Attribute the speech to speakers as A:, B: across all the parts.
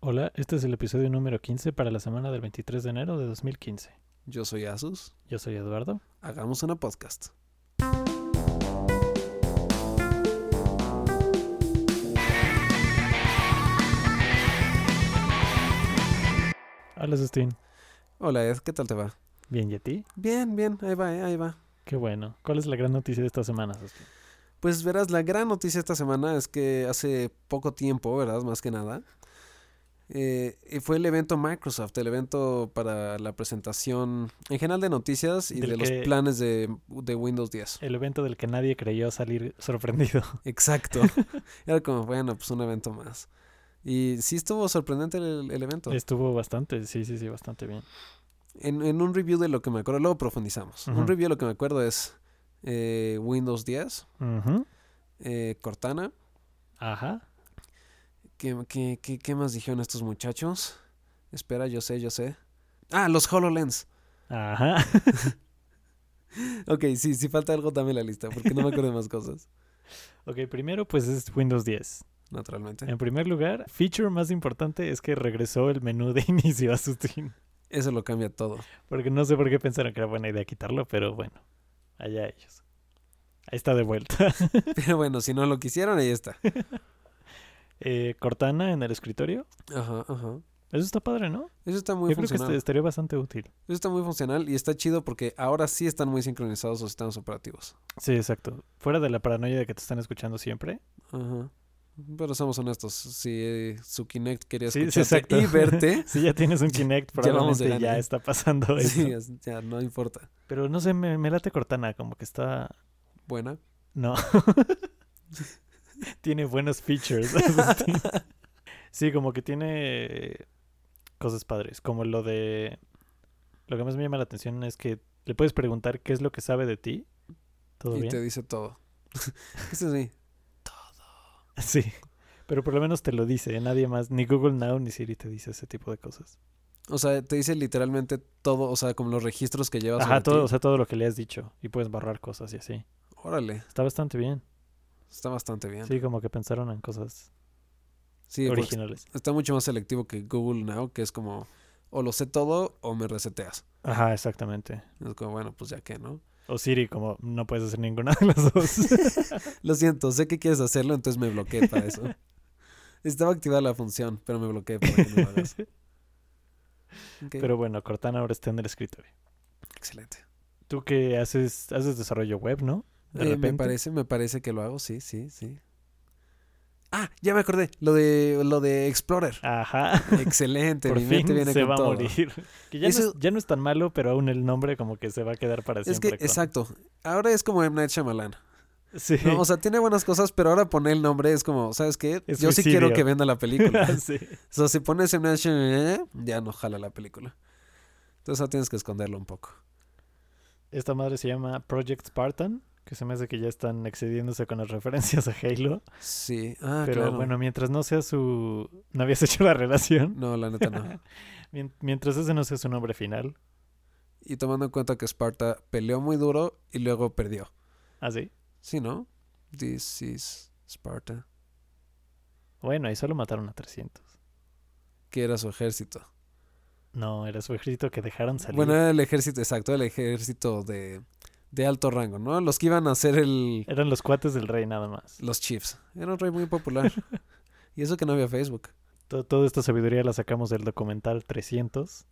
A: Hola, este es el episodio número 15 para la semana del 23 de enero de 2015.
B: Yo soy Asus.
A: Yo soy Eduardo.
B: Hagamos una podcast.
A: Hola, Sustin.
B: Hola Ed, ¿qué tal te va?
A: Bien, ¿y a ti?
B: Bien, bien, ahí va, eh, ahí va.
A: Qué bueno. ¿Cuál es la gran noticia de esta semana, Sustin?
B: Pues verás, la gran noticia esta semana es que hace poco tiempo, ¿verdad? Más que nada. eh, y fue el evento Microsoft, el evento para la presentación en general de noticias y
A: Del
B: de los
A: que-
B: planes de, de Windows 10.
A: El evento del que nadie creyó salir sorprendido.
B: Exacto. Era como, bueno, pues un evento más. Y sí estuvo sorprendente el, el evento.
A: Estuvo bastante, sí, sí, sí, bastante bien.
B: En, en un review de lo que me acuerdo, luego profundizamos.
A: Ujú.
B: Un review de lo que me acuerdo es eh, Windows 10,
A: Ujú.
B: eh, Cortana.
A: Ajá.
B: ¿Qué, qué, qué, qué más dijeron estos muchachos? Espera, yo sé, yo sé. Ah, los HoloLens.
A: Ajá.
B: Ok, sí, si falta algo, dame la lista, porque no me acuerdo de más cosas,
A: ok, primero pues es Windows 10.
B: naturalmente.
A: En primer lugar, feature más importante es que regresó el menú de inicio a Sustin.
B: Eso lo cambia todo.
A: Porque no sé por qué pensaron que era buena idea quitarlo, pero bueno, allá ellos. Ahí está de vuelta.
B: Pero bueno, si no lo quisieron, ahí está.
A: Eh, Cortana en el escritorio.
B: Ajá, ajá.
A: Eso está padre, ¿no?
B: Eso está muy
A: Yo creo que
B: funcional.
A: este- estaría bastante útil.
B: Eso está muy funcional y está chido porque ahora sí están muy sincronizados los sistemas operativos.
A: Sí, exacto. Fuera de la paranoia de que te están escuchando siempre.
B: Ajá. Pero seamos honestos, si eh, su Kinect quería
A: Sí, sí,
B: escucharte
A: exacto.
B: y verte,
A: Si ya tienes un Kinect,
B: Ya vamos de
A: probablemente ya
B: gane.
A: está pasando eso.
B: sí, es- ya no importa.
A: Pero no sé, me, me late Cortana, como que está...
B: Buena.
A: No. tiene buenos features. sí, como que tiene cosas padres. Como lo de... Lo que más me llama la atención es que le puedes preguntar qué es lo que sabe de ti. ¿Todo
B: y
A: bien?
B: te dice todo. Eso sí.
A: Sí. Pero por lo menos te lo dice. ¿eh? Nadie más, ni Google Now ni Siri te dice ese tipo de cosas.
B: O sea, te dice literalmente todo, o sea, como los registros que llevas. sobre
A: Ajá,
B: ti.
A: todo, o sea, todo lo que le has dicho. Y puedes borrar cosas y así.
B: Órale,
A: Está bastante bien.
B: está bastante bien. Sí,
A: Sí, como que pensaron en cosas
B: porque
A: originales.
B: está mucho más selectivo que Google Now, que es como, o lo sé todo o me reseteas.
A: Ajá, exactamente.
B: Es como, bueno, pues ya que, ¿no?
A: O Siri, como no puedes hacer ninguna de las dos.
B: Lo siento, sé que quieres hacerlo, entonces me bloqueé para eso. Estaba activada la función, pero me bloqueé para que no lo hagas. Ok,
A: Pero bueno, Cortana ahora está en el escritorio.
B: excelente.
A: Tú que haces, haces desarrollo web, ¿no? De
B: Eh, me
A: repente.
B: parece, me parece que lo hago, sí, sí, sí. Ah, ya me acordé, lo de, lo de Explorer.
A: Ajá.
B: Excelente,
A: Por
B: mi
A: fin
B: mente viene
A: se
B: con
A: va
B: todo.
A: a morir. Que ya, no
B: Eso-
A: es, ya no es tan malo, pero aún el nombre como que se va a quedar para
B: Es que,
A: siempre. con-
B: exacto, ahora es como M. Night Shyamalan.
A: Sí.
B: No, o sea, tiene buenas cosas, pero ahora poner el nombre es como, ¿sabes qué?
A: Es
B: Yo sí
A: suicidio.
B: quiero que venda la película.
A: Sí.
B: o sea, si pones en ya no jala la película. Entonces ahora tienes que esconderlo un poco.
A: Esta madre se llama Project Spartan, que se me hace que ya están excediéndose con las referencias a Halo.
B: Sí, ah,
A: pero
B: claro.
A: bueno, mientras no sea su... No habías hecho la relación.
B: No, la neta no.
A: Mien- Mientras ese no sea su nombre final.
B: Y tomando en cuenta que Sparta peleó muy duro y luego perdió.
A: Ah, sí.
B: Sí, ¿no? This is Sparta.
A: Bueno, ahí solo mataron a 300.
B: Que era su ejército.
A: No, era su ejército que dejaron salir.
B: Bueno, era el ejército, exacto, el ejército de, de alto rango, ¿no? Los que iban a ser el,
A: Eran los cuates del rey nada más.
B: los Chiefs. Era un rey muy popular. y eso que no había Facebook.
A: To- toda esta sabiduría la sacamos del documental 300.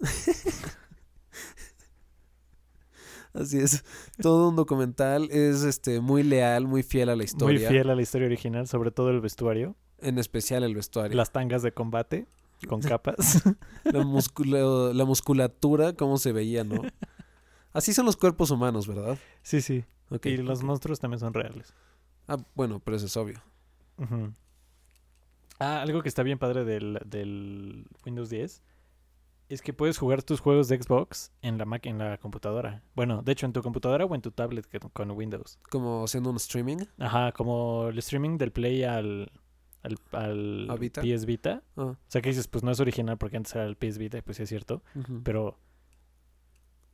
B: Así es. Todo un documental es este muy leal, muy fiel a la historia.
A: Muy fiel a la historia original, sobre todo el vestuario.
B: En especial el vestuario.
A: Las tangas de combate con capas.
B: La, muscula- la musculatura, cómo se veía, ¿no? Así son los cuerpos humanos, ¿verdad?
A: sí, sí.
B: Ok.
A: Y los monstruos también son reales.
B: Ah, bueno, pero eso es obvio.
A: Ujú. Ah, algo que está bien padre del, del Windows 10 es que puedes jugar tus juegos de Xbox en la, maqui- en la computadora. Bueno, de hecho, en tu computadora o en tu tablet que- con Windows.
B: Como haciendo un streaming.
A: Ajá, como el streaming del Play al, al, al
B: ¿A Vita?
A: PS Vita.
B: Ah,
A: O sea, que dices, pues no es original porque antes era el PS Vita, y pues sí es cierto.
B: ujú.
A: Pero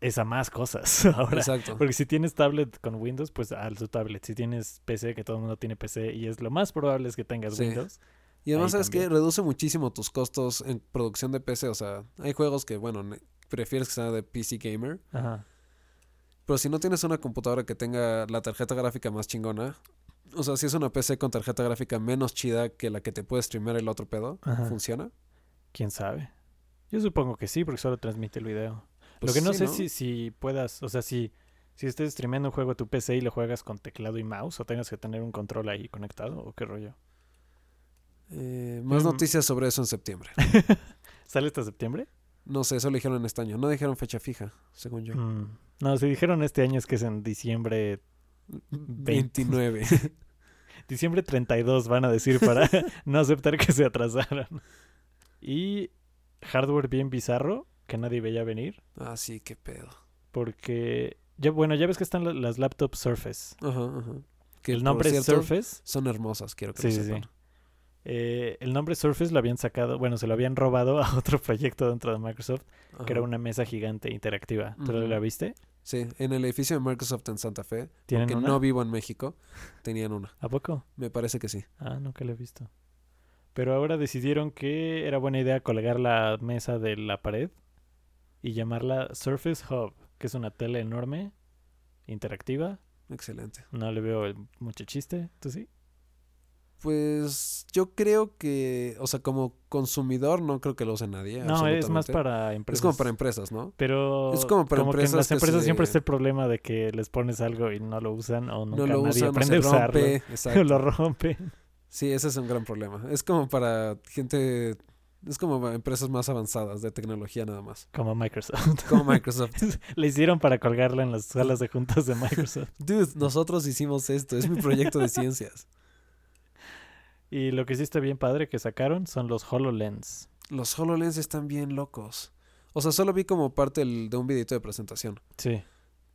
A: es a más cosas ahora.
B: Exacto.
A: Porque si tienes tablet con Windows, pues a su tablet. Si tienes PC, que todo el mundo tiene PC, y es lo más probable es que tengas
B: Sí.
A: Windows,
B: Y además,
A: Ahí
B: ¿sabes qué? Reduce muchísimo tus costos en producción de PC. O sea, hay juegos que, bueno, ne- prefieres que sea de PC Gamer.
A: Ajá.
B: Pero si no tienes una computadora que tenga la tarjeta gráfica más chingona, o sea, si es una PC con tarjeta gráfica menos chida que la que te puede streamear el otro pedo,
A: Ajá.
B: ¿funciona?
A: ¿Quién sabe? Yo supongo que sí, porque solo transmite el video. Lo
B: Pues
A: que no sé
B: sí,
A: Si, si puedas, o sea, si, si estés streameando un juego a tu PC y lo juegas con teclado y mouse, o tengas que tener un control ahí conectado, o qué rollo.
B: Eh, más
A: Mm.
B: noticias sobre eso en septiembre.
A: ¿Sale hasta septiembre?
B: No sé, eso lo dijeron este año. No dijeron fecha fija, según yo.
A: Mm. No, se dijeron este año es que es en diciembre,
B: 29.
A: diciembre 32 van a decir para no aceptar que se atrasaron. Y hardware bien bizarro que nadie veía venir,
B: ah, sí, qué pedo.
A: porque ya bueno, ya ves que están la- las laptops Surface.
B: Ajá, ajá. Que,
A: El
B: por
A: nombre es
B: cierto,
A: Surface.
B: Son hermosas, quiero que
A: Sí,
B: lo
A: sí, sí.
B: sepan.
A: Eh, el nombre Surface lo habían sacado, bueno, se lo habían robado a otro proyecto dentro de Microsoft,
B: Ajá.
A: que era una mesa gigante interactiva. ¿Tú
B: Ujú.
A: la viste?
B: Sí, en el edificio de Microsoft en Santa Fe,
A: ¿Tienen
B: que
A: una?
B: no vivo en México, tenían una.
A: ¿A poco?
B: Me parece que sí.
A: Ah, nunca la he visto. Pero ahora decidieron que era buena idea colgar la mesa de la pared y llamarla Surface Hub, que es una tele enorme, interactiva.
B: Excelente.
A: No le veo el- mucho chiste, ¿tú sí?
B: Pues yo creo que, o sea, como consumidor no creo que lo use nadie.
A: No, es más
B: absolutamente.
A: para empresas.
B: Es como para empresas, ¿no?
A: Pero
B: Es como para
A: que en las
B: empresas que
A: empresas siempre
B: se-
A: está el problema de que les pones algo y no lo usan o nunca
B: No lo
A: nadie
B: usan, no
A: aprende
B: se
A: a usarlo.
B: rompe.
A: o
B: Exacto.
A: lo rompe.
B: Sí, ese es un gran problema. Es como para gente, es como para empresas más avanzadas de tecnología nada más.
A: Como Microsoft.
B: Como Microsoft.
A: Le hicieron para colgarla en las salas de juntas de Microsoft.
B: Dude, nosotros hicimos esto, es mi proyecto de ciencias.
A: Y lo que sí está bien padre que sacaron son los HoloLens.
B: Los HoloLens están bien locos. O sea, solo vi como parte del- de un videito de presentación.
A: Sí.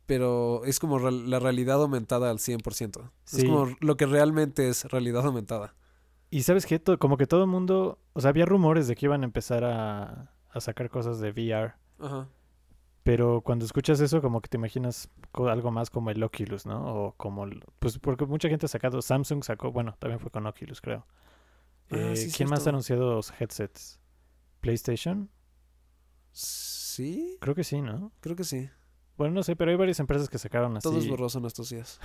B: Pero es como re- la realidad aumentada al 100%.
A: Sí.
B: Es como lo que realmente es realidad aumentada.
A: Y sabes que como que todo el mundo, o sea, había rumores de que iban a empezar a, a sacar cosas de VR.
B: Ajá.
A: Pero cuando escuchas eso, como que te imaginas co- algo más como el Oculus, ¿no? O como. el- Pues porque mucha gente ha sacado. Samsung sacó. Bueno, también fue con Oculus, creo.
B: Ah,
A: Eh,
B: sí,
A: ¿Quién más ha
B: cierto.
A: anunciado headsets? ¿PlayStation?
B: Sí,
A: Creo que sí, ¿no?
B: creo que sí.
A: Bueno, no sé, pero hay varias empresas que sacaron así.
B: Todo es borroso en estos días.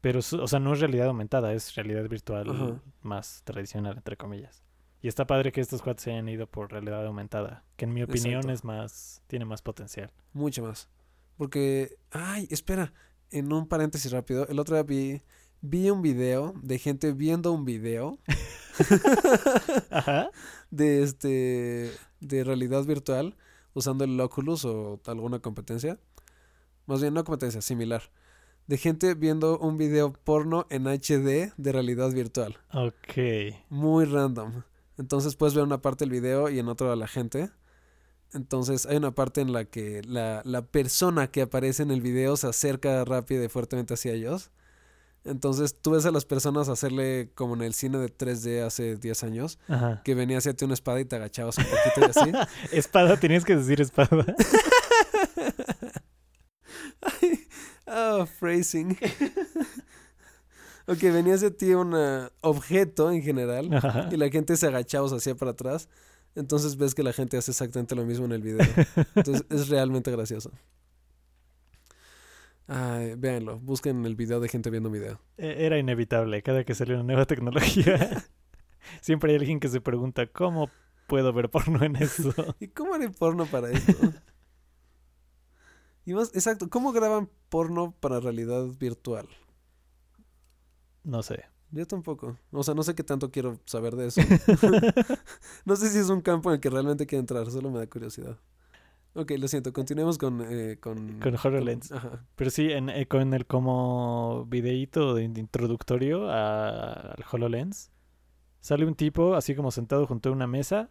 A: Pero, su- o sea, no es realidad aumentada, es realidad virtual
B: Ajá.
A: más tradicional, entre comillas. Y está padre que estos cuates se hayan ido por realidad aumentada, que en mi opinión
B: Exacto.
A: es más, tiene más potencial.
B: Mucho más. Porque, ay, espera, en un paréntesis rápido, el otro día vi, vi un video de gente viendo un video
A: Ajá.
B: de este de realidad virtual usando el Oculus o alguna competencia. Más bien, no competencia, similar. De gente viendo un video porno en HD de realidad virtual.
A: Ok.
B: Muy random. Entonces puedes ver una parte del video y en otra a la gente. Entonces hay una parte en la que la, la persona que aparece en el video se acerca rápido y fuertemente hacia ellos. Entonces tú ves a las personas hacerle como en el cine de 3D hace 10 años,
A: Ajá.
B: que venía hacia ti una espada y te agachabas un poquito y así.
A: Espada, tenías que decir espada.
B: Ah, phrasing. ok, venía hacia ti un eh, objeto en general.
A: Ajá.
B: Y la gente se agachaba o se hacía para atrás. Entonces ves que la gente hace exactamente lo mismo en el video. Entonces es realmente gracioso. Ay, véanlo. Busquen el video de gente viendo un video.
A: E- Era inevitable, cada que salió una nueva tecnología, siempre hay alguien que se pregunta, ¿cómo puedo ver porno en eso?
B: ¿Y cómo haré porno para esto? y más, exacto, ¿cómo graban porno para realidad virtual?
A: No sé.
B: Yo tampoco. O sea, no sé qué tanto quiero saber de eso. no sé si es un campo en el que realmente quiero entrar, solo me da curiosidad. Ok, lo siento, continuemos con... eh, con,
A: Con HoloLens.
B: Ajá.
A: Pero sí, en, eh, con el como videíto de, de introductorio a- al HoloLens, sale un tipo así como sentado junto a una mesa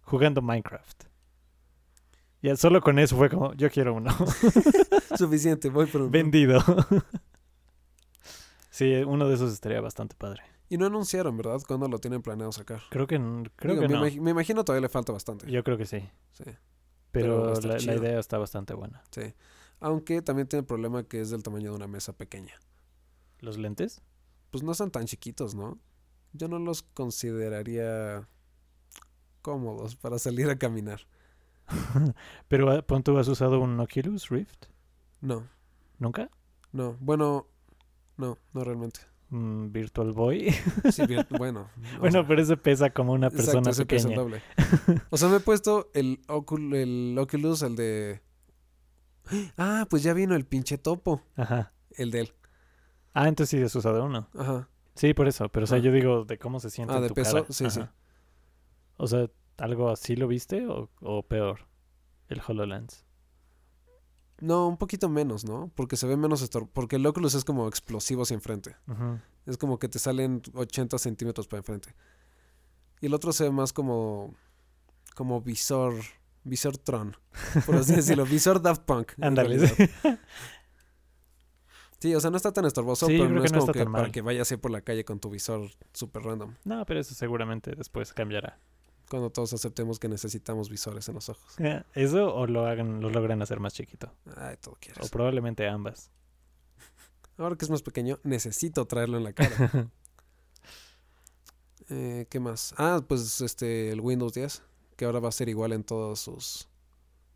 A: jugando Minecraft. Y al- solo con eso fue como, yo quiero uno.
B: Suficiente, voy por un...
A: Vendido. sí, eh, uno de esos estaría bastante padre.
B: Y no anunciaron, ¿verdad? ¿Cuándo lo tienen planeado sacar?
A: Creo que, n- creo
B: Digo,
A: que
B: me,
A: no.
B: imagi- me imagino todavía le falta bastante.
A: Yo creo que sí.
B: Sí, Pero va a
A: Pero,
B: estar
A: la, la
B: chido.
A: idea está bastante buena.
B: sí. Aunque también tiene el problema que es del tamaño de una mesa pequeña.
A: ¿Los lentes?
B: Pues no son tan chiquitos, ¿no? yo no los consideraría cómodos para salir a caminar.
A: Pero ah, pon tú, ¿has usado un Oculus Rift?
B: No,
A: ¿Nunca?
B: no. Bueno, no, no realmente.
A: Mm, Virtual Boy.
B: Sí, bien, bueno. o
A: bueno,
B: sea,
A: pero ese pesa como una
B: Pues exacto,
A: persona
B: ese pesa el
A: pequeña.
B: doble. O sea, me he puesto el, Ocul- el Oculus, el de... Ah, pues ya vino el pinche topo,
A: Ajá.
B: el de él.
A: Ah, entonces sí has usado uno.
B: Ajá.
A: Sí, por eso. Pero, o sea,
B: Ah.
A: yo digo de cómo se siente
B: Ah,
A: en
B: de
A: tu
B: peso,
A: cara.
B: sí, sí.
A: O sea, ¿algo así lo viste o, o peor? El HoloLens.
B: No, un poquito menos, ¿no? Porque se ve menos estor... Porque el Oculus es como explosivo hacia enfrente.
A: Ujú.
B: Es como que te salen 80 centímetros para enfrente. Y el otro se ve más como... Como visor... Visor Tron. Por así decirlo. Visor Daft Punk. en
A: Ándale.
B: realidad. Sí, o sea, no está tan estorboso,
A: Sí, yo
B: pero
A: creo
B: no
A: que
B: es
A: no
B: como
A: está
B: que
A: tan
B: para
A: mal.
B: que vayas ahí por la calle con tu visor super random.
A: No, pero eso seguramente después cambiará.
B: Cuando todos aceptemos que necesitamos visores en los ojos.
A: Eso o lo hagan, lo logran hacer más chiquito.
B: Ay, todo
A: O
B: quieres.
A: probablemente ambas.
B: Ahora que es más pequeño, necesito traerlo en la cara. Eh, ¿Qué más? Ah, pues este, el Windows 10, que ahora va a ser igual en todos sus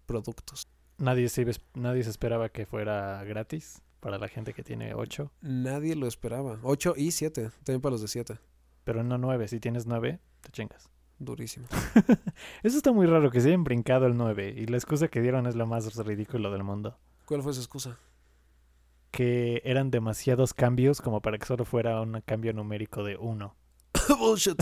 B: productos.
A: Nadie se, iba- nadie se esperaba que fuera gratis para la gente que tiene 8,
B: Nadie lo esperaba. 8 y 7, también para los de 7.
A: pero no 9. Si tienes 9, te chingas.
B: Durísimo.
A: Eso está muy raro que se hayan brincado el 9 y la excusa que dieron es lo más ridículo del mundo.
B: ¿Cuál fue su excusa?
A: Que eran demasiados cambios como para que solo fuera un cambio numérico de 1.
B: Bullshit.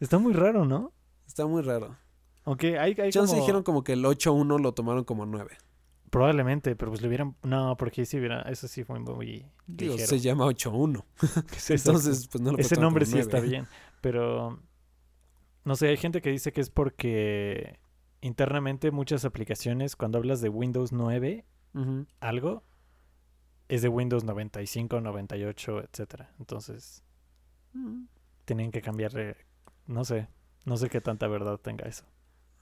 A: Está muy raro, ¿no?
B: Está muy raro.
A: Aunque hay, hay
B: Chance
A: como-
B: dijeron como que el 8-1 lo tomaron como 9.
A: Probablemente, pero pues le hubieran... No, porque sí hubiera... Eso sí fue muy...
B: Digo,
A: ligero.
B: se llama 8-1. Entonces, pues no lo
A: Ese
B: pensaron
A: nombre
B: como
A: sí está
B: nueve.
A: bien, pero no sé, hay gente que dice que es porque internamente muchas aplicaciones, cuando hablas de Windows 9,
B: Ujú.
A: algo, es de Windows 95, 98, etcétera. Entonces,
B: Mm.
A: tienen que cambiarle, no sé, no sé qué tanta verdad tenga eso.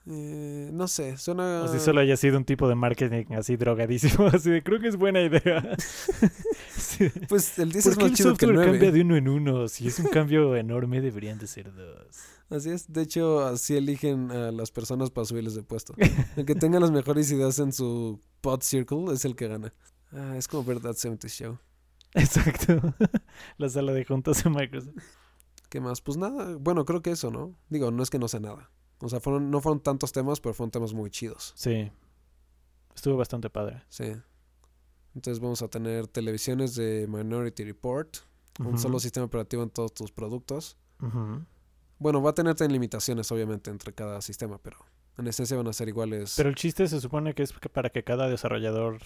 B: Eh, no sé, suena.
A: O si solo haya sido un tipo de marketing así drogadísimo, así de creo que es buena idea. Sí.
B: Pues el 10
A: ¿Por
B: es
A: qué
B: más
A: el
B: chido que el
A: software cambia
B: 9.
A: de uno en uno? Si es un cambio enorme, deberían de ser dos.
B: Así es, de hecho, así eligen a las personas para subirles de puesto. El que tenga las mejores ideas en su pod circle es el que gana. Ah, es como verdad 70 Show.
A: Exacto. La sala de juntas de Microsoft.
B: ¿Qué más? Pues nada, bueno, creo que eso, ¿no? Digo, no es que no sea nada. O sea, fueron, no fueron tantos temas, pero fueron temas muy chidos.
A: Sí. Estuvo bastante padre.
B: Sí. Entonces vamos a tener televisiones de Minority Report, un solo
A: Ujú.
B: sistema operativo en todos tus productos.
A: Ujú.
B: Bueno, va a tener también limitaciones, obviamente, entre cada sistema, pero en esencia van a ser iguales.
A: Pero el chiste se supone que es que para que cada desarrollador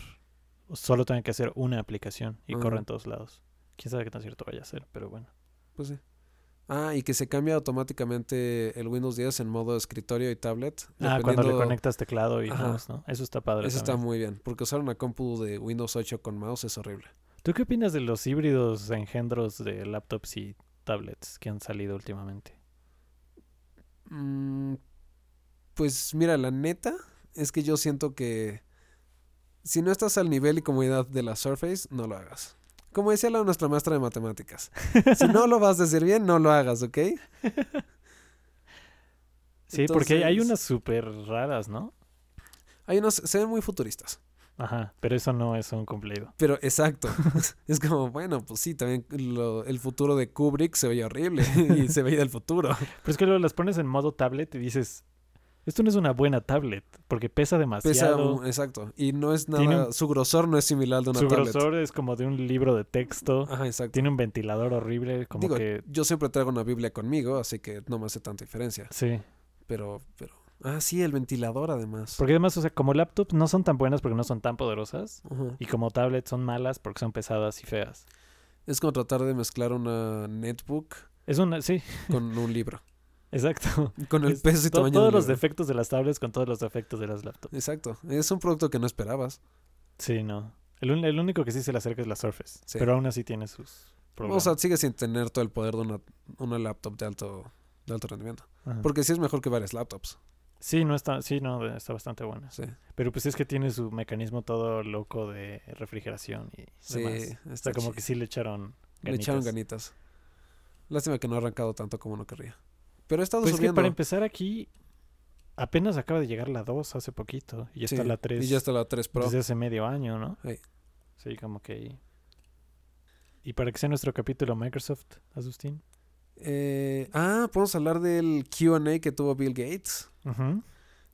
A: solo tenga que hacer una aplicación y
B: Ajá.
A: corra en todos lados. Quién sabe qué tan cierto vaya a ser, pero bueno.
B: Pues sí. Ah, y que se cambia automáticamente el Windows 10 en modo escritorio y tablet.
A: Ah, cuando le
B: dependiendo-
A: conectas teclado y
B: Ajá.
A: mouse, ¿no? Eso está padre.
B: Eso está
A: también.
B: muy bien, porque usar una compu de Windows 8 con mouse es horrible.
A: ¿Tú qué opinas de los híbridos engendros de laptops y tablets que han salido últimamente?
B: Mm, pues mira, la neta es que yo siento que si no estás al nivel y comodidad de la Surface, no lo hagas. Como decía la nuestra maestra de matemáticas, si no lo vas a decir bien, no lo hagas, ¿ok?
A: Sí, porque hay
B: Entonces-
A: unas súper raras, ¿no?
B: Hay unos, se ven muy futuristas.
A: Ajá, pero eso no es un cumplido.
B: Pero exacto. es como, bueno, pues sí, también lo- el futuro de Kubrick se veía horrible y se veía el futuro.
A: Pero es que luego las pones en modo tablet y dices, esto no es una buena tablet, porque pesa
B: Pesa,
A: demasiado.
B: un- exacto. Y no es
A: Tiene
B: nada,
A: un-
B: su grosor no es similar al de una
A: Su
B: tablet.
A: grosor es como de un libro de texto.
B: Ajá, exacto.
A: Tiene un ventilador horrible, como
B: Digo,
A: que...
B: yo siempre traigo una Biblia conmigo, así que no me hace tanta diferencia.
A: Sí,
B: Pero, pero. Ah, sí, el ventilador además.
A: porque además, o sea, como laptops no son tan buenas porque no son tan poderosas,
B: Ajá.
A: y como tablets son malas porque son pesadas y feas.
B: Es como tratar de mezclar una netbook
A: Es una, sí,
B: con un libro.
A: exacto.
B: Con el
A: Es
B: peso y
A: to-
B: tamaño
A: todos
B: del
A: los
B: libro.
A: defectos de las tablets con todos los defectos de las laptops.
B: Exacto. Es un producto que no esperabas.
A: Sí, no. El, un- el único que sí se le acerca es la Surface,
B: Sí.
A: pero aún así tiene sus
B: O
A: problemas.
B: sea, sigue sin tener todo el poder de una, una laptop de alto, de alto rendimiento.
A: Ajá.
B: Porque sí es mejor que varias laptops.
A: Sí, no está, sí, no, está bastante buena.
B: Sí,
A: Pero pues es que tiene su mecanismo todo loco de refrigeración y
B: sí
A: demás. O
B: está
A: sea, como
B: chido.
A: que sí le echaron
B: Le echaron
A: ganitas.
B: ganitas. Lástima que no ha arrancado tanto como no querría. Pero he estado
A: Pues es que
B: subiendo.
A: para empezar aquí, apenas acaba de llegar la 2 hace poquito. Y ya está
B: Sí,
A: la 3
B: Y ya está la 3 Pro.
A: desde hace medio año, ¿no?
B: Sí.
A: Sí, como que... Y para que sea nuestro capítulo Microsoft, Asustín.
B: Eh, ah, podemos hablar del QA que tuvo Bill Gates.
A: Ujú,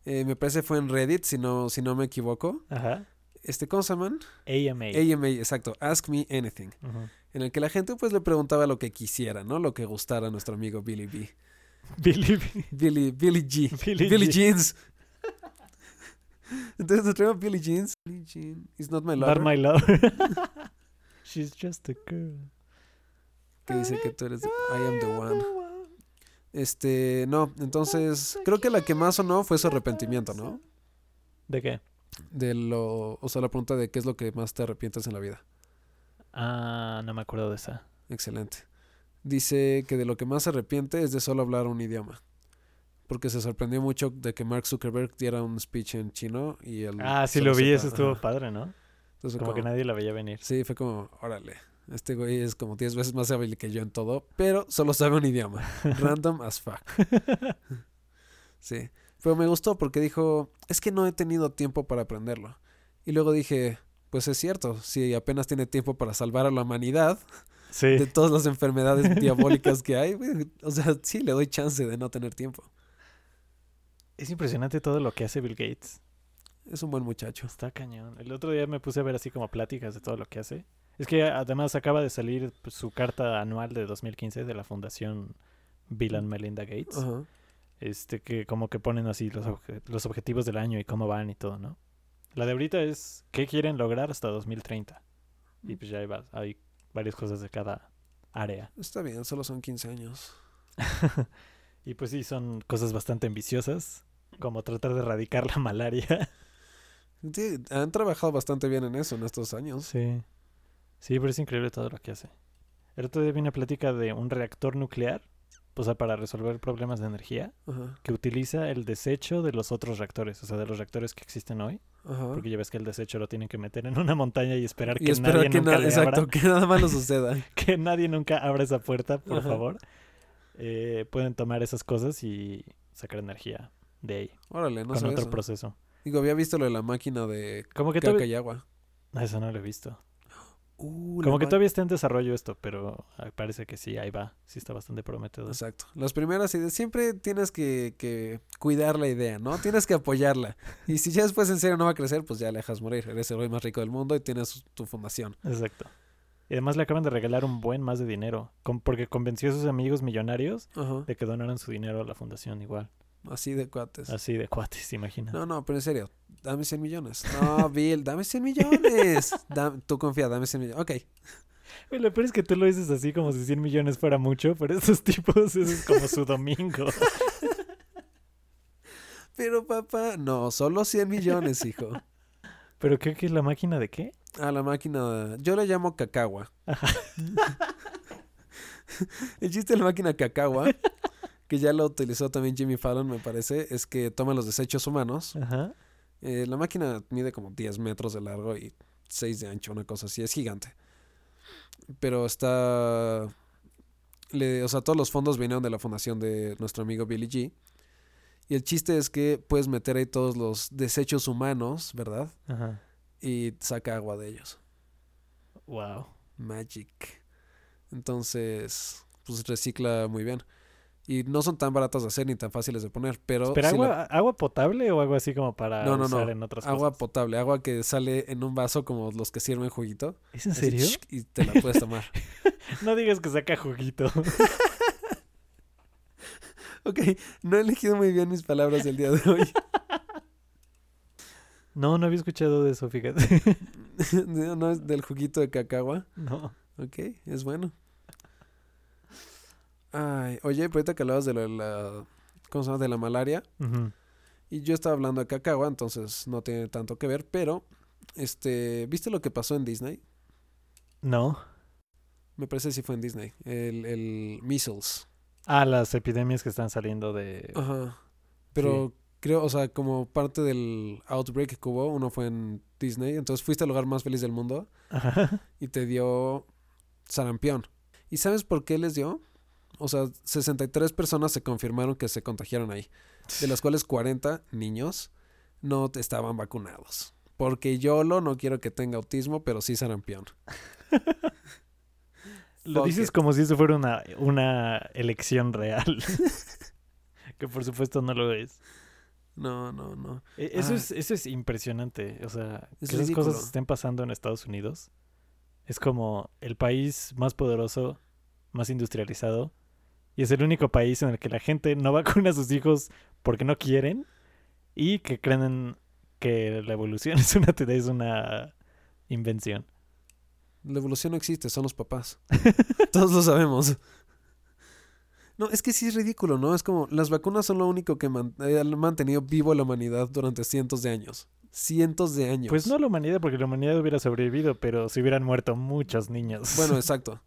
B: Eh, me parece fue en Reddit, si no, si no me equivoco.
A: Ajá.
B: Este, ¿cómo se llaman?
A: AMA.
B: AMA, exacto. Ask Me Anything.
A: Ujú.
B: En el que la gente pues le preguntaba lo que quisiera, ¿no? Lo que gustara a nuestro amigo Billy B.
A: Billy B.
B: Billy, Billy G.
A: Billy
B: Billy,
A: G.
B: Jeans. Entonces nos traemos Billy Jeans. Billy Jean. It's not my
A: Not
B: lover.
A: my love. She's just a girl.
B: Que dice que tú eres... I am the one. Este, no. Entonces creo que la que más sonó fue su arrepentimiento, ¿no?
A: ¿De qué?
B: de lo, o sea, la pregunta de qué es lo que más te arrepientes en la vida.
A: Ah, no me acuerdo de esa.
B: Excelente. Dice que de lo que más se arrepiente es de solo hablar un idioma. Porque se sorprendió mucho de que Mark Zuckerberg diera un speech en chino y él
A: Ah, sí
B: Mm, solo
A: lo vi,
B: sepa-
A: eso estuvo
B: ajá.
A: padre, ¿no?
B: Entonces fue
A: Como que
B: como-
A: nadie la veía venir.
B: Sí, fue como, órale, este güey es como 10 veces más hábil que yo en todo, pero solo sabe un idioma. Random as fuck. Sí. Pero me gustó porque dijo, es que no he tenido tiempo para aprenderlo. Y luego dije, pues es cierto, si apenas tiene tiempo para salvar a la humanidad
A: Sí.
B: de todas las enfermedades diabólicas que hay, güey, o sea, sí le doy chance de no tener tiempo.
A: Es impresionante todo lo que hace Bill Gates.
B: Es un buen muchacho.
A: Está cañón. El otro día me puse a ver así como pláticas de todo lo que hace. Es que además acaba de salir pues, su carta anual de 2015 de la fundación Bill and Melinda Gates.
B: Ajá.
A: Este, que como que ponen así los, obje- los objetivos del año y cómo van y todo, ¿no? La de ahorita es qué quieren lograr hasta 2030. Y pues ya hay, va- hay varias cosas de cada área.
B: Está bien, solo son 15 años.
A: Y pues sí, son cosas bastante ambiciosas, como tratar de erradicar la malaria.
B: Sí, han trabajado bastante bien en eso en estos años.
A: Sí. Sí, pero es increíble todo lo que hace. El otro día vi una plática de un reactor nuclear, o sea, para resolver problemas de energía,
B: Ajá.
A: que utiliza el desecho de los otros reactores, o sea, de los reactores que existen hoy,
B: Ajá.
A: porque ya ves que el desecho lo tienen que meter en una montaña y esperar
B: Ah. y
A: que
B: esperar
A: nadie
B: que,
A: nunca
B: nada,
A: le
B: exacto,
A: abra,
B: que nada malo suceda.
A: que nadie nunca abra esa puerta, por
B: Ajá.
A: favor. Eh, pueden tomar esas cosas y sacar energía de ahí,
B: Órale, no
A: con
B: sabía
A: otro
B: eso.
A: proceso.
B: Digo, había visto lo de la máquina de
A: Como que
B: caca
A: todavía...
B: y agua.
A: Ah, Eso no lo he visto.
B: Uh, la
A: Como que
B: ma-
A: todavía está en desarrollo esto, pero ah, parece que sí, ahí va. Sí está bastante prometedor.
B: Exacto. Las primeras ideas, siempre tienes que, que cuidar la idea, ¿no? Tienes que apoyarla. Y si ya después en serio no va a crecer, pues ya la dejas morir. Eres el güey más rico del mundo y tienes tu fundación.
A: Exacto. Y además le acaban de regalar un buen más de dinero, con- porque convenció a sus amigos millonarios
B: Ajá.
A: de que donaran su dinero a la fundación igual.
B: Así de cuates.
A: Así de cuates, imagina.
B: No, no, pero en serio, dame 100 millones. No, Bill, dame 100 millones. Dame- tú confía, dame 100 millones. Ok,
A: Güey, Lo peor es que tú lo dices así como si 100 millones fuera mucho, pero esos tipos, eso es como su domingo.
B: pero papá, no, solo 100 millones, hijo.
A: ¿Pero qué, qué es la máquina de qué?
B: A la máquina, yo la llamo cacagua. El chiste de la máquina cacagua, que ya lo utilizó también Jimmy Fallon, me parece, es que toma los desechos humanos.
A: Ajá.
B: Eh, la máquina mide como 10 metros de largo y 6 de ancho, una cosa así, es gigante. Pero está... le- o sea, todos los fondos vinieron de la fundación de nuestro amigo Billy G. Y el chiste es que puedes meter ahí todos los desechos humanos, ¿verdad?
A: Ajá.
B: Y saca agua de ellos.
A: Wow.
B: Magic. Entonces, pues recicla muy bien. Y no son tan baratas de hacer ni tan fáciles de poner, pero
A: ¿Pero
B: sí
A: agua,
B: la-
A: agua potable o algo así como para
B: No, no,
A: usar
B: no.
A: en otras
B: agua
A: cosas?
B: potable, agua que sale en un vaso como los que sirven juguito.
A: ¿Es en
B: así,
A: serio?
B: shk, y te la puedes tomar.
A: No digas que saca juguito.
B: ok, no he elegido muy bien mis palabras del día de hoy.
A: No, no había escuchado de eso, fíjate.
B: no, no, es del juguito de cacagua.
A: No.
B: Ok, es bueno. Ay, oye, pero ahorita que hablabas de la- la... ¿Cómo se llama? De la malaria.
A: Ujú.
B: Y yo estaba hablando de Kakawa, entonces no tiene tanto que ver, pero este, ¿viste lo que pasó en Disney?
A: No.
B: Me parece que sí fue en Disney, el, el Measles.
A: Ah, las epidemias que están saliendo de...
B: Ajá. Pero creo, o sea, como parte del outbreak que hubo, uno fue en Disney, entonces fuiste al lugar más feliz del mundo
A: Ajá.
B: y te dio sarampión. ¿Y sabes por qué les dio? o sea, 63 personas se confirmaron que se contagiaron ahí, de las cuales 40 niños no estaban vacunados. Porque YOLO no quiero que tenga autismo, pero sí sarampión.
A: Lo
B: Fuck
A: dices
B: it.
A: como si eso fuera una, una elección real. que por supuesto no lo es.
B: No, no, no.
A: E- Eso,
B: Ah.
A: es, eso es impresionante. O sea,
B: Es
A: que esas
B: ridículo.
A: cosas estén pasando en Estados Unidos. Es como el país más poderoso, más industrializado. Y es el único país en el que la gente no vacuna a sus hijos porque no quieren. Y que creen en que la evolución es una, es una invención.
B: La evolución no existe, son los papás. Todos lo sabemos. No, es que sí es ridículo, ¿no? Es como, las vacunas son lo único que man- eh, han mantenido vivo a la humanidad durante cientos de años. Cientos de años.
A: Pues no la humanidad, porque la humanidad hubiera sobrevivido, pero se hubieran muerto muchos niños.
B: Bueno, exacto.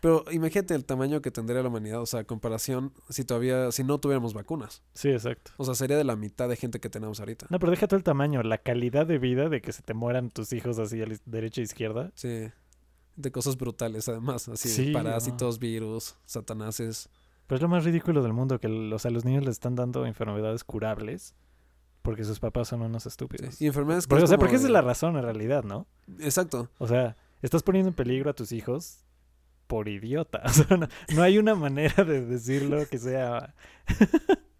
B: Pero imagínate el tamaño que tendría la humanidad, o sea, a comparación si todavía, si no tuviéramos vacunas.
A: sí, exacto.
B: O sea, sería de la mitad de gente que tenemos ahorita.
A: No, pero deja todo el tamaño, la calidad de vida de que se te mueran tus hijos así a la derecha e izquierda.
B: Sí. De cosas brutales, además, así, de
A: Sí,
B: parásitos, virus, satanases.
A: Pero es Pues, lo más ridículo del mundo, que el- o sea, los niños les están dando enfermedades curables porque sus papás son unos
B: sí.
A: estúpidos.
B: Y enfermedades que
A: Porque, o
B: es
A: sea,
B: como
A: porque esa es
B: de-
A: la razón en realidad, ¿no?
B: Exacto.
A: O sea, estás poniendo en peligro a tus hijos por idiota. O sea, no, no hay una manera de decirlo que sea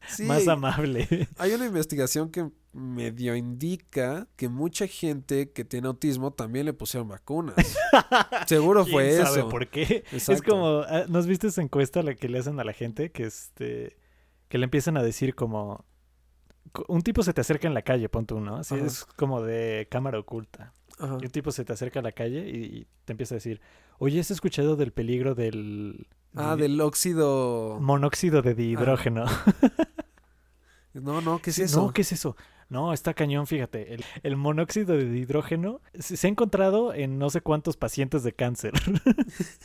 B: Sí,
A: más amable.
B: Hay una investigación que medio indica que mucha gente que tiene autismo también le pusieron vacunas. Seguro
A: ¿Quién
B: fue
A: sabe
B: eso.
A: por qué? Es
B: Exacto.
A: como, ah, ¿no has visto esa encuesta la que le hacen a la gente? Que este, que le empiezan a decir como, co- un tipo se te acerca en la calle, pon tú, ¿no? Así
B: Ajá.
A: es como de cámara oculta.
B: Ajá.
A: Y un tipo se te acerca a la calle y, y te empieza a decir, oye, ¿has escuchado del peligro del...
B: Ah,
A: di-
B: del óxido.
A: Monóxido de dihidrógeno.
B: No, no, ¿qué es
A: Sí,
B: eso?
A: No, ¿qué es eso? No, está cañón, fíjate. El, el monóxido de hidrógeno se, se ha encontrado en no sé cuántos pacientes de cáncer.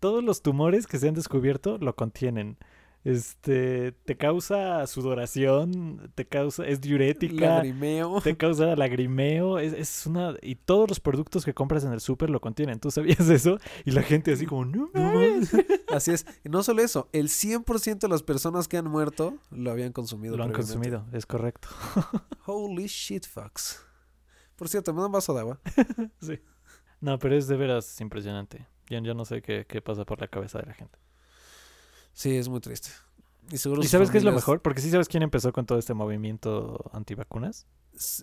A: Todos los tumores que se han descubierto lo contienen. Este, te causa sudoración, te causa, es diurética,
B: Lagrimeo.
A: te causa lagrimeo, es, es una, y todos los productos que compras en el súper lo contienen. ¿Tú sabías eso? Y la gente así como, no
B: No
A: mames".
B: mames. Así es. Y no solo eso, el 100% de las personas que han muerto lo habían consumido.
A: Lo han
B: previamente.
A: consumido, es correcto.
B: Holy shit, fucks. Por cierto, me da un vaso de agua.
A: No, pero es de veras impresionante. Yo, yo no sé qué, qué pasa por la cabeza de la gente.
B: Sí, es muy triste. Y seguro
A: ¿Y
B: sus
A: sabes qué es lo
B: familias-
A: mejor? Porque sí sabes quién empezó con todo este movimiento antivacunas.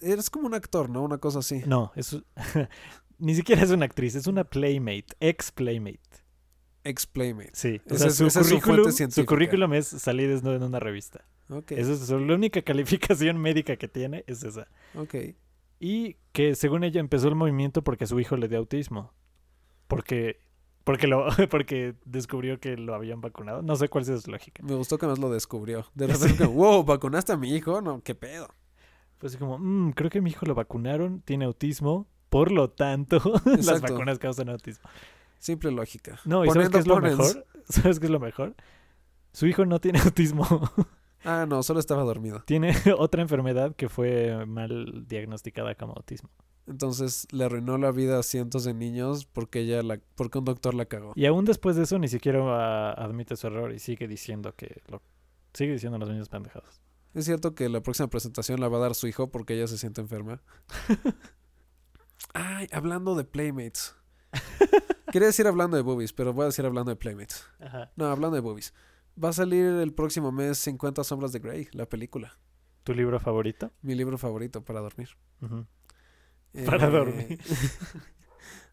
B: Eres como un actor, ¿no? Una cosa así.
A: No, es ni siquiera es una actriz, es una playmate, ex playmate.
B: Ex playmate.
A: Sí, o
B: Esa
A: sea,
B: es-
A: su,
B: esa es su fuente
A: currículum, su,
B: científica.
A: currículum es salir desnudo en una revista.
B: Ok.
A: Esa es su- la única calificación médica que tiene, es esa.
B: Ok.
A: Y que según ella empezó el movimiento porque su hijo le dio autismo. Porque porque lo porque descubrió que lo habían vacunado. No sé cuál es su lógica.
B: Me gustó que nos lo descubrió. De repente, como, wow, ¿vacunaste a mi hijo? No, qué pedo.
A: Pues así como, "Mm, creo que mi hijo lo vacunaron, tiene autismo, por lo tanto, las
B: Exacto.
A: vacunas causan autismo.
B: Simple lógica.
A: No, ¿y sabes
B: Poniendo
A: qué es lo
B: ponens.
A: mejor? ¿Sabes qué es lo mejor? Su hijo no tiene autismo,
B: Ah, no, solo estaba dormido.
A: tiene otra enfermedad que fue mal diagnosticada como autismo.
B: Entonces le arruinó la vida a cientos de niños porque ella la, porque un doctor la cagó.
A: Y aún después de eso ni siquiera ah, admite su error y sigue diciendo que lo sigue diciendo las mismas pendejadas.
B: Es cierto que la próxima presentación la va a dar su hijo porque ella se siente enferma. Ay, hablando de Playmates. Quería decir hablando de boobies, pero voy a decir hablando de Playmates.
A: Ajá.
B: No, hablando de boobies. Va a salir el próximo mes 50 sombras de Grey, la película.
A: ¿Tu libro favorito?
B: Mi libro favorito para dormir.
A: Ujú. Para dormir.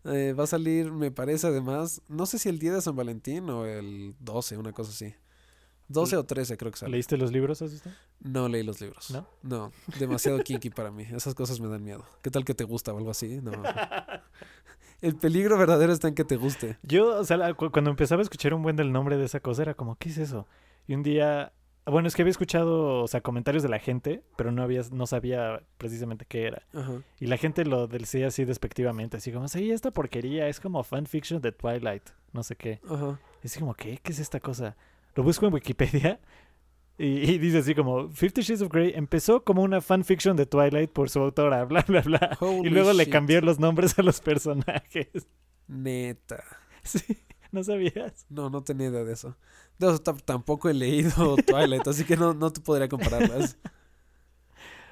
B: eh, va a salir, me parece además, no sé si el día de San Valentín o el 12, una cosa así. 12 o 13 creo que sale.
A: ¿Leíste los libros, has visto?
B: No leí los libros.
A: ¿No?
B: demasiado kinky para mí. Esas cosas me dan miedo. ¿Qué tal que te gusta o algo así? No. El peligro verdadero está en que te guste.
A: Yo, o sea, la- cu- cuando empezaba a escuchar un buen del nombre de esa cosa, era como, ¿qué es eso? Y un día, bueno, es que había escuchado, o sea, comentarios de la gente, pero no había, no sabía precisamente qué era.
B: Ajá.
A: Y la gente lo decía así despectivamente, así como, sí, esta porquería es como fanfiction de Twilight, no sé qué.
B: Ajá.
A: Y así como, ¿qué? ¿Qué es esta cosa? Lo busco en Wikipedia y, y dice así como, Fifty Shades of Grey empezó como una fanfiction de Twilight por su autora, bla, bla, bla. y
B: Holy
A: luego le
B: shit.
A: cambió los nombres a los personajes.
B: Neta.
A: Sí. ¿No sabías?
B: No, no tenía idea de eso. De eso t- tampoco he leído Twilight, así que no, no te podría compararlas.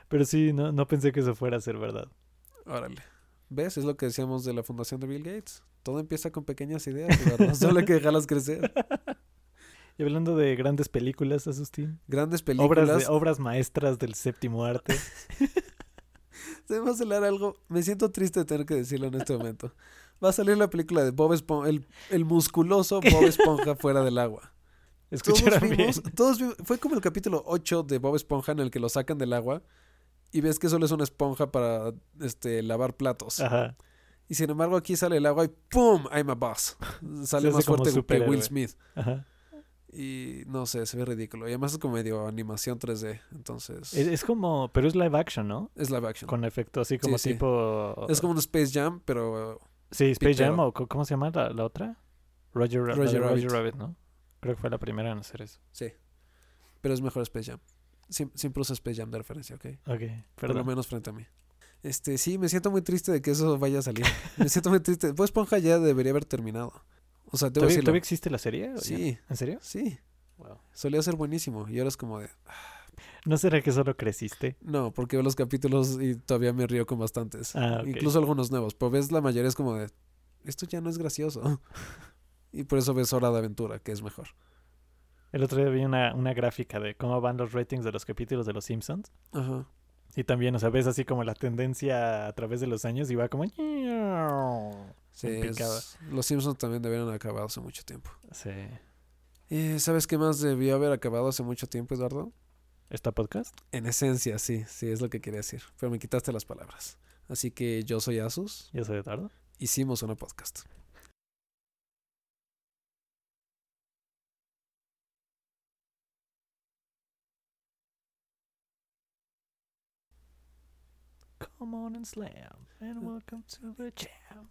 A: Pero sí, no, no pensé que eso fuera a ser verdad.
B: Órale. ¿Ves? Es lo que decíamos de la fundación de Bill Gates. Todo empieza con pequeñas ideas, Eduardo. Solo hay que dejarlas crecer.
A: Y hablando de grandes películas, Asustín.
B: Grandes películas.
A: Obras, de- obras maestras del séptimo arte.
B: Se me va a celar algo. Me siento triste de tener que decirlo en este momento. Va a salir la película de Bob Esponja, el, el musculoso Bob Esponja fuera del agua. Todos
A: Escucharon bien.
B: vimos, todos vimos- fue como el capítulo 8 de Bob Esponja en el que lo sacan del agua y ves que solo es una esponja para este, lavar platos.
A: Ajá.
B: Y sin embargo aquí sale el agua y ¡pum! I'm a boss. Sale
A: hace
B: más
A: como
B: fuerte que
A: superhéroe.
B: Will Smith.
A: Ajá.
B: Y no sé, se ve ridículo. Y además es como medio animación 3D, entonces
A: Es, es como, pero es live action, ¿no?
B: es live action.
A: Con efecto así como
B: sí.
A: tipo...
B: Es como un Space Jam, pero
A: Sí, Space Jam
B: pitero.
A: o co- ¿cómo se llama la, la otra? Roger, Ra- la de
B: Roger
A: Roger, Rabbit.
B: Rabbit.
A: ¿no? Creo que fue la primera en hacer eso.
B: Sí. Pero es mejor Space Jam. Siem- siempre usa Space Jam de referencia, ¿ok?
A: Ok,
B: Por lo
A: perdón.
B: menos frente a mí. Este, sí, me siento muy triste de que eso vaya a salir. Me siento muy triste. Pues Ponja ya debería haber terminado. O sea, te voy
A: ¿Todavía,
B: a decirlo.
A: todavía existe la serie? ¿O ya
B: Sí,
A: no? ¿En serio?
B: sí.
A: Wow.
B: Solía ser buenísimo. Y ahora es como de.
A: ¿No será que solo creciste?
B: No, porque veo los capítulos y todavía me río con bastantes.
A: Ah, ok.
B: Incluso algunos nuevos. Pero ves la mayoría es como de. Esto ya no es gracioso. Y por eso ves Hora de Aventura, que es mejor.
A: El otro día vi una, una gráfica de cómo van los ratings de los capítulos de Los Simpsons.
B: Ajá.
A: Y también, o sea, ves así como la tendencia a través de los años y va como...
B: Sí,
A: En
B: es-
A: picada.
B: Los Simpsons también deberían haber acabado hace mucho tiempo.
A: Sí.
B: Eh, ¿Sabes qué más debió haber acabado hace mucho tiempo, Eduardo?
A: ¿Esta podcast?
B: En esencia, sí, sí, es lo que quería decir. Pero me quitaste las palabras. Así que yo soy Asus,
A: ¿Ya se tarde?
B: hicimos una podcast.
A: Come on and slam and welcome to the jam.